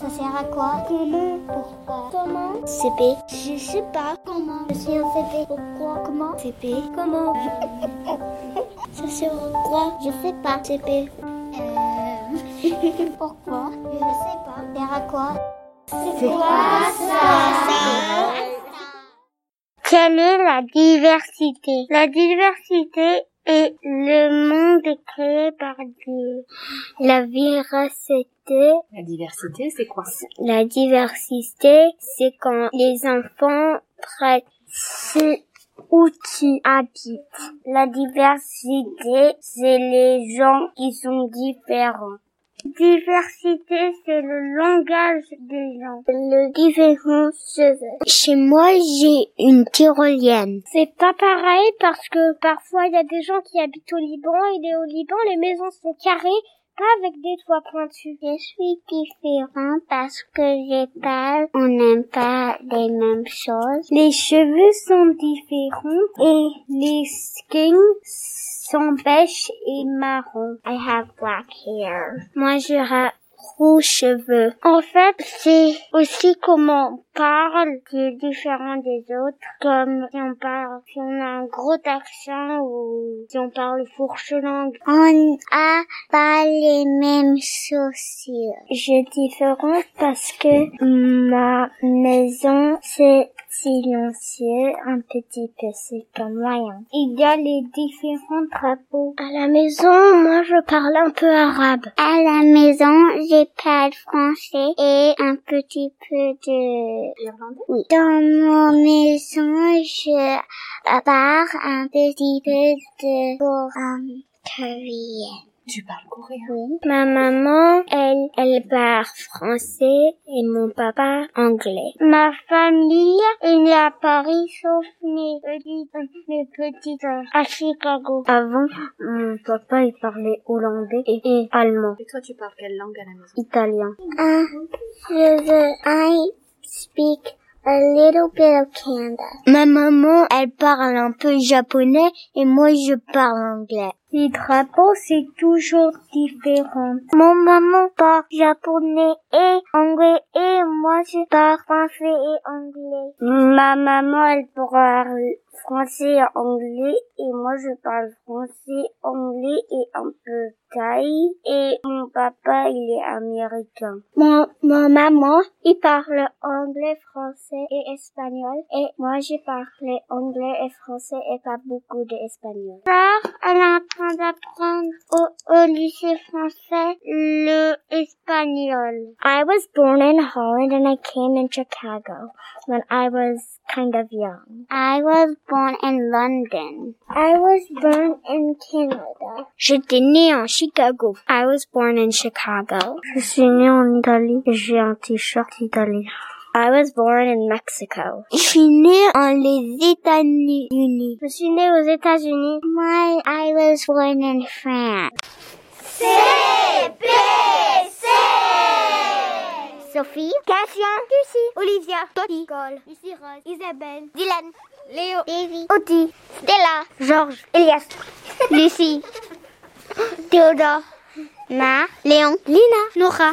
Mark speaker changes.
Speaker 1: Ça sert à quoi Comment Pourquoi Comment CP Je sais pas. Comment Je suis en CP. Pourquoi Comment CP Comment Ça sert à quoi Je sais pas. CP. Euh... Pourquoi Je sais pas. Ça sert à quoi C'est quoi ça Quelle est la diversité La diversité est le monde créé par Dieu. La véracité
Speaker 2: La diversité, c'est quoi
Speaker 1: la diversité, c'est quand les enfants pratiquent où tu habites. La diversité, c'est les gens qui sont différents. Diversité, c'est le langage des gens. Le différent se fait. Chez moi, j'ai une tyrolienne. C'est pas pareil parce que parfois, il y a des gens qui habitent au Liban et les- au Liban, les maisons sont carrées, pas avec des toits pointus. Je suis différent parce que j'ai pas, on n'aime pas les mêmes choses. Les cheveux sont différents et les skins sont beige et marron. I have black hair. Moi, j'ai ra- rouge cheveux. En fait, c'est aussi comment on parle qui est différent des autres. Comme si on parle, si on a un gros accent ou si on parle fourche langue. On a pas les mêmes chaussures. J'ai différent parce que ma maison, c'est silencieux, un petit peu, c'est pas moyen. Il y a les différents drapeaux. À la maison, moi, je parle un peu arabe. À la maison, j'ai pas de français et un petit peu de...
Speaker 2: Irlandais
Speaker 1: Oui. Dans mon maison, je parle un petit peu de... coréen.
Speaker 2: Tu parles coréen.
Speaker 1: Oui. Ma maman, elle, elle parle français et mon papa anglais. Ma famille est née à Paris sauf mes petits, mes petits frères à Chicago. Avant, mon papa, il parlait hollandais et, et allemand,
Speaker 2: Et toi, tu parles quelle langue à la maison
Speaker 1: italien. I speak a little bit of Ma maman, elle parle un peu japonais et moi je parle anglais. Les drapeaux, c'est toujours différent. Mon maman parle japonais et anglais et moi je parle français et anglais. Ma maman, elle parle français et anglais et moi je parle français, anglais et un peu thaï et mon papa, il est américain. Mon, mon maman, il parle anglais, français et espagnol. Et moi, je parle anglais et français et pas beaucoup d'espagnol. Alors, elle est en train d'apprendre au, au lycée français le espagnol. I was born in Holland and I came in Chicago when I was kind of young. I was born in London. I was born in Canada. J'étais né en Chicago. I was born in Chicago. Je suis né en Italie et j'ai un t-shirt italien. I was born in Mexico. Je suis né en les États-Unis. Je suis né aux États-Unis. Moi, I was born in France.
Speaker 3: Sophie, Cassien, Lucie, Olivia, Toti, Cole, Lucie Rose, Isabelle, Dylan, Léo, Davy, Oti, Stella, Georges, Elias, Lucie, Théodore, Mar, Léon, Lina, Nora,